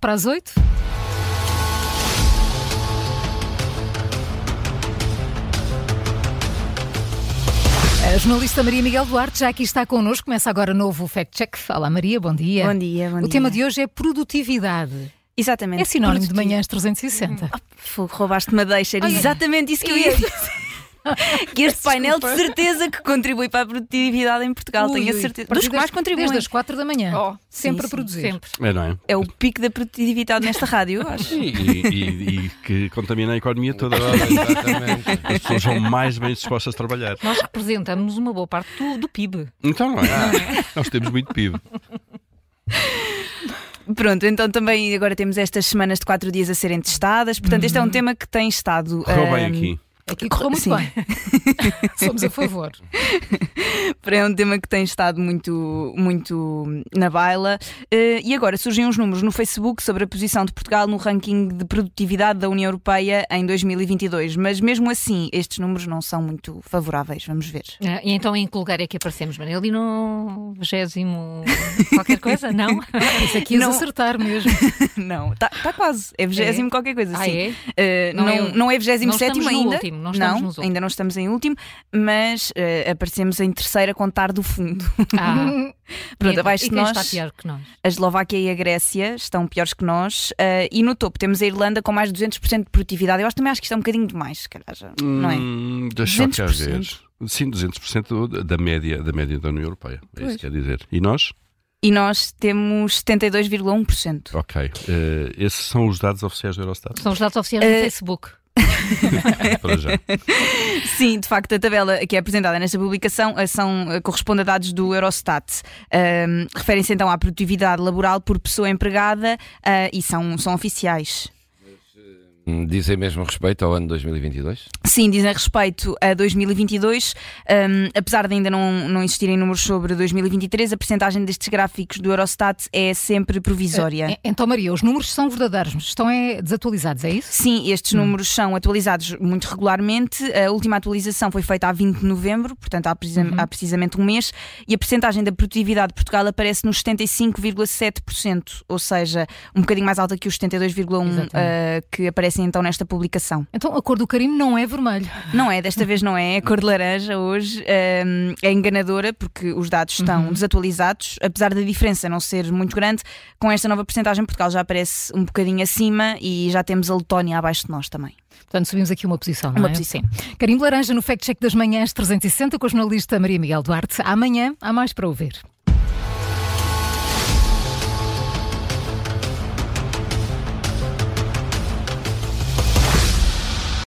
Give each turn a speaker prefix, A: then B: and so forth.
A: para as oito. A jornalista Maria Miguel Duarte já aqui está connosco. Começa agora novo Fact Check. Fala Maria, bom dia.
B: Bom dia, bom
A: o
B: dia.
A: tema de hoje é produtividade.
B: Exatamente.
A: É sinónimo de
B: Produtivo.
A: manhãs 360.
B: Fogo, roubaste-me a deixa. Era
A: Olha.
B: exatamente isso que eu ia dizer. Que este painel de
C: Desculpa.
B: certeza que contribui para a produtividade em Portugal,
A: Ui,
B: tenho a
A: ui.
B: certeza. Dos
A: Desde
B: que mais
A: as-
B: contribuem.
A: Desde as quatro da manhã.
C: Oh,
A: sempre
B: sim,
A: a produzir.
C: Sempre.
D: É, não é?
B: É o pico da produtividade nesta rádio, eu acho.
D: E, e- e- e que contamina a economia toda. Exatamente. As pessoas são mais bem dispostas a trabalhar.
C: Nós representamos uma boa parte do, do PIB.
D: Então não é? Nós temos muito PIB.
B: Pronto, então também agora temos estas semanas de quatro dias a serem testadas. Portanto, este é um
A: Uhum.
B: tema que tem estado. hum,
D: Correu bem
B: ahm,
D: aqui.
A: Aqui É correu muito
B: Sim.
A: bem. Somos a favor.
B: É um tema que tem estado muito, muito na baila. Eh, e agora surgem uns números no Facebook sobre a posição de Portugal no ranking de produtividade da União Europeia em 2022. Mas mesmo assim, estes números não são muito favoráveis. Vamos ver.
C: Ah, E então em que lugar é que aparecemos, Maria? Ali no vigésimo qualquer coisa, não?
A: Isso aqui é
B: Não.
A: acertar mesmo.
B: não, está quase. É vigésimo qualquer coisa.
C: Ah,
B: sim.
C: é?
B: Eh,
C: Não
B: não,
C: é-
B: não é 27
C: não estamos no
B: ainda.
C: último, não estamos nos últimos.
B: ainda não estamos em último, mas eh, aparecemos em terceiro a contar do fundo.
C: Ah,
B: Pronto,
C: e,
B: abaixo
C: e
B: de
C: quem
B: nós.
C: está pior que nós?
B: A Eslováquia e a Grécia estão piores que nós. eh, e no topo temos a Irlanda com mais de 200% de produtividade. Eu acho, também acho que isto é um bocadinho demais, se calhar. Já, não é?
D: Hum, Deixa eu cá
B: 200%.
D: ver. Sim, 200% da- da média, da média da União Europeia. É isso que quer dizer. E nós?
B: E nós temos 72,1%.
D: Ok. Eh, esses são os dados oficiais do Eurostat.
C: São os dados oficiais do
B: Eh,
C: Facebook.
D: Para já.
B: Sim, de facto, a tabela que é apresentada nesta publicação eh, são, eh, corresponde a dados do Eurostat. Ahm, Referem-se então à produtividade laboral por pessoa empregada ah, e são, são oficiais.
E: Hum, Dizem mesmo respeito ao ano 2022?
B: Sim, dizem respeito a 2022, hum, apesar de ainda não, não existirem números sobre 2023, a percentagem destes gráficos do Eurostat é sempre provisória.
A: Eh, Então, Maria, os números são verdadeiros, mas estão é, desatualizados, é isso?
B: Sim, estes números são atualizados muito regularmente. A última atualização foi feita a 20 de novembro, portanto há, precisa- há precisamente um mês, e a percentagem da produtividade de Portugal aparece nos 75,7%, ou seja, um bocadinho mais alta que os 72,1%
A: Exatamente.
B: ah, que aparecem então nesta publicação.
A: Então, a cor do carimbo não é vermelho.
B: Não é, desta vez não é. A cor de laranja hoje hum, é enganadora porque os dados estão
A: Uhum.
B: desatualizados, apesar da diferença não ser muito grande. Com esta nova percentagem, Portugal já aparece um bocadinho acima e já temos a Letónia abaixo de nós também.
A: Portanto, subimos aqui uma posição, não
B: Uma
A: é?
B: posição.
A: Sim. Carimbo Laranja no Fact Check das Manhãs 360 com a jornalista Maria Miguel Duarte. Amanhã há mais para ouvir.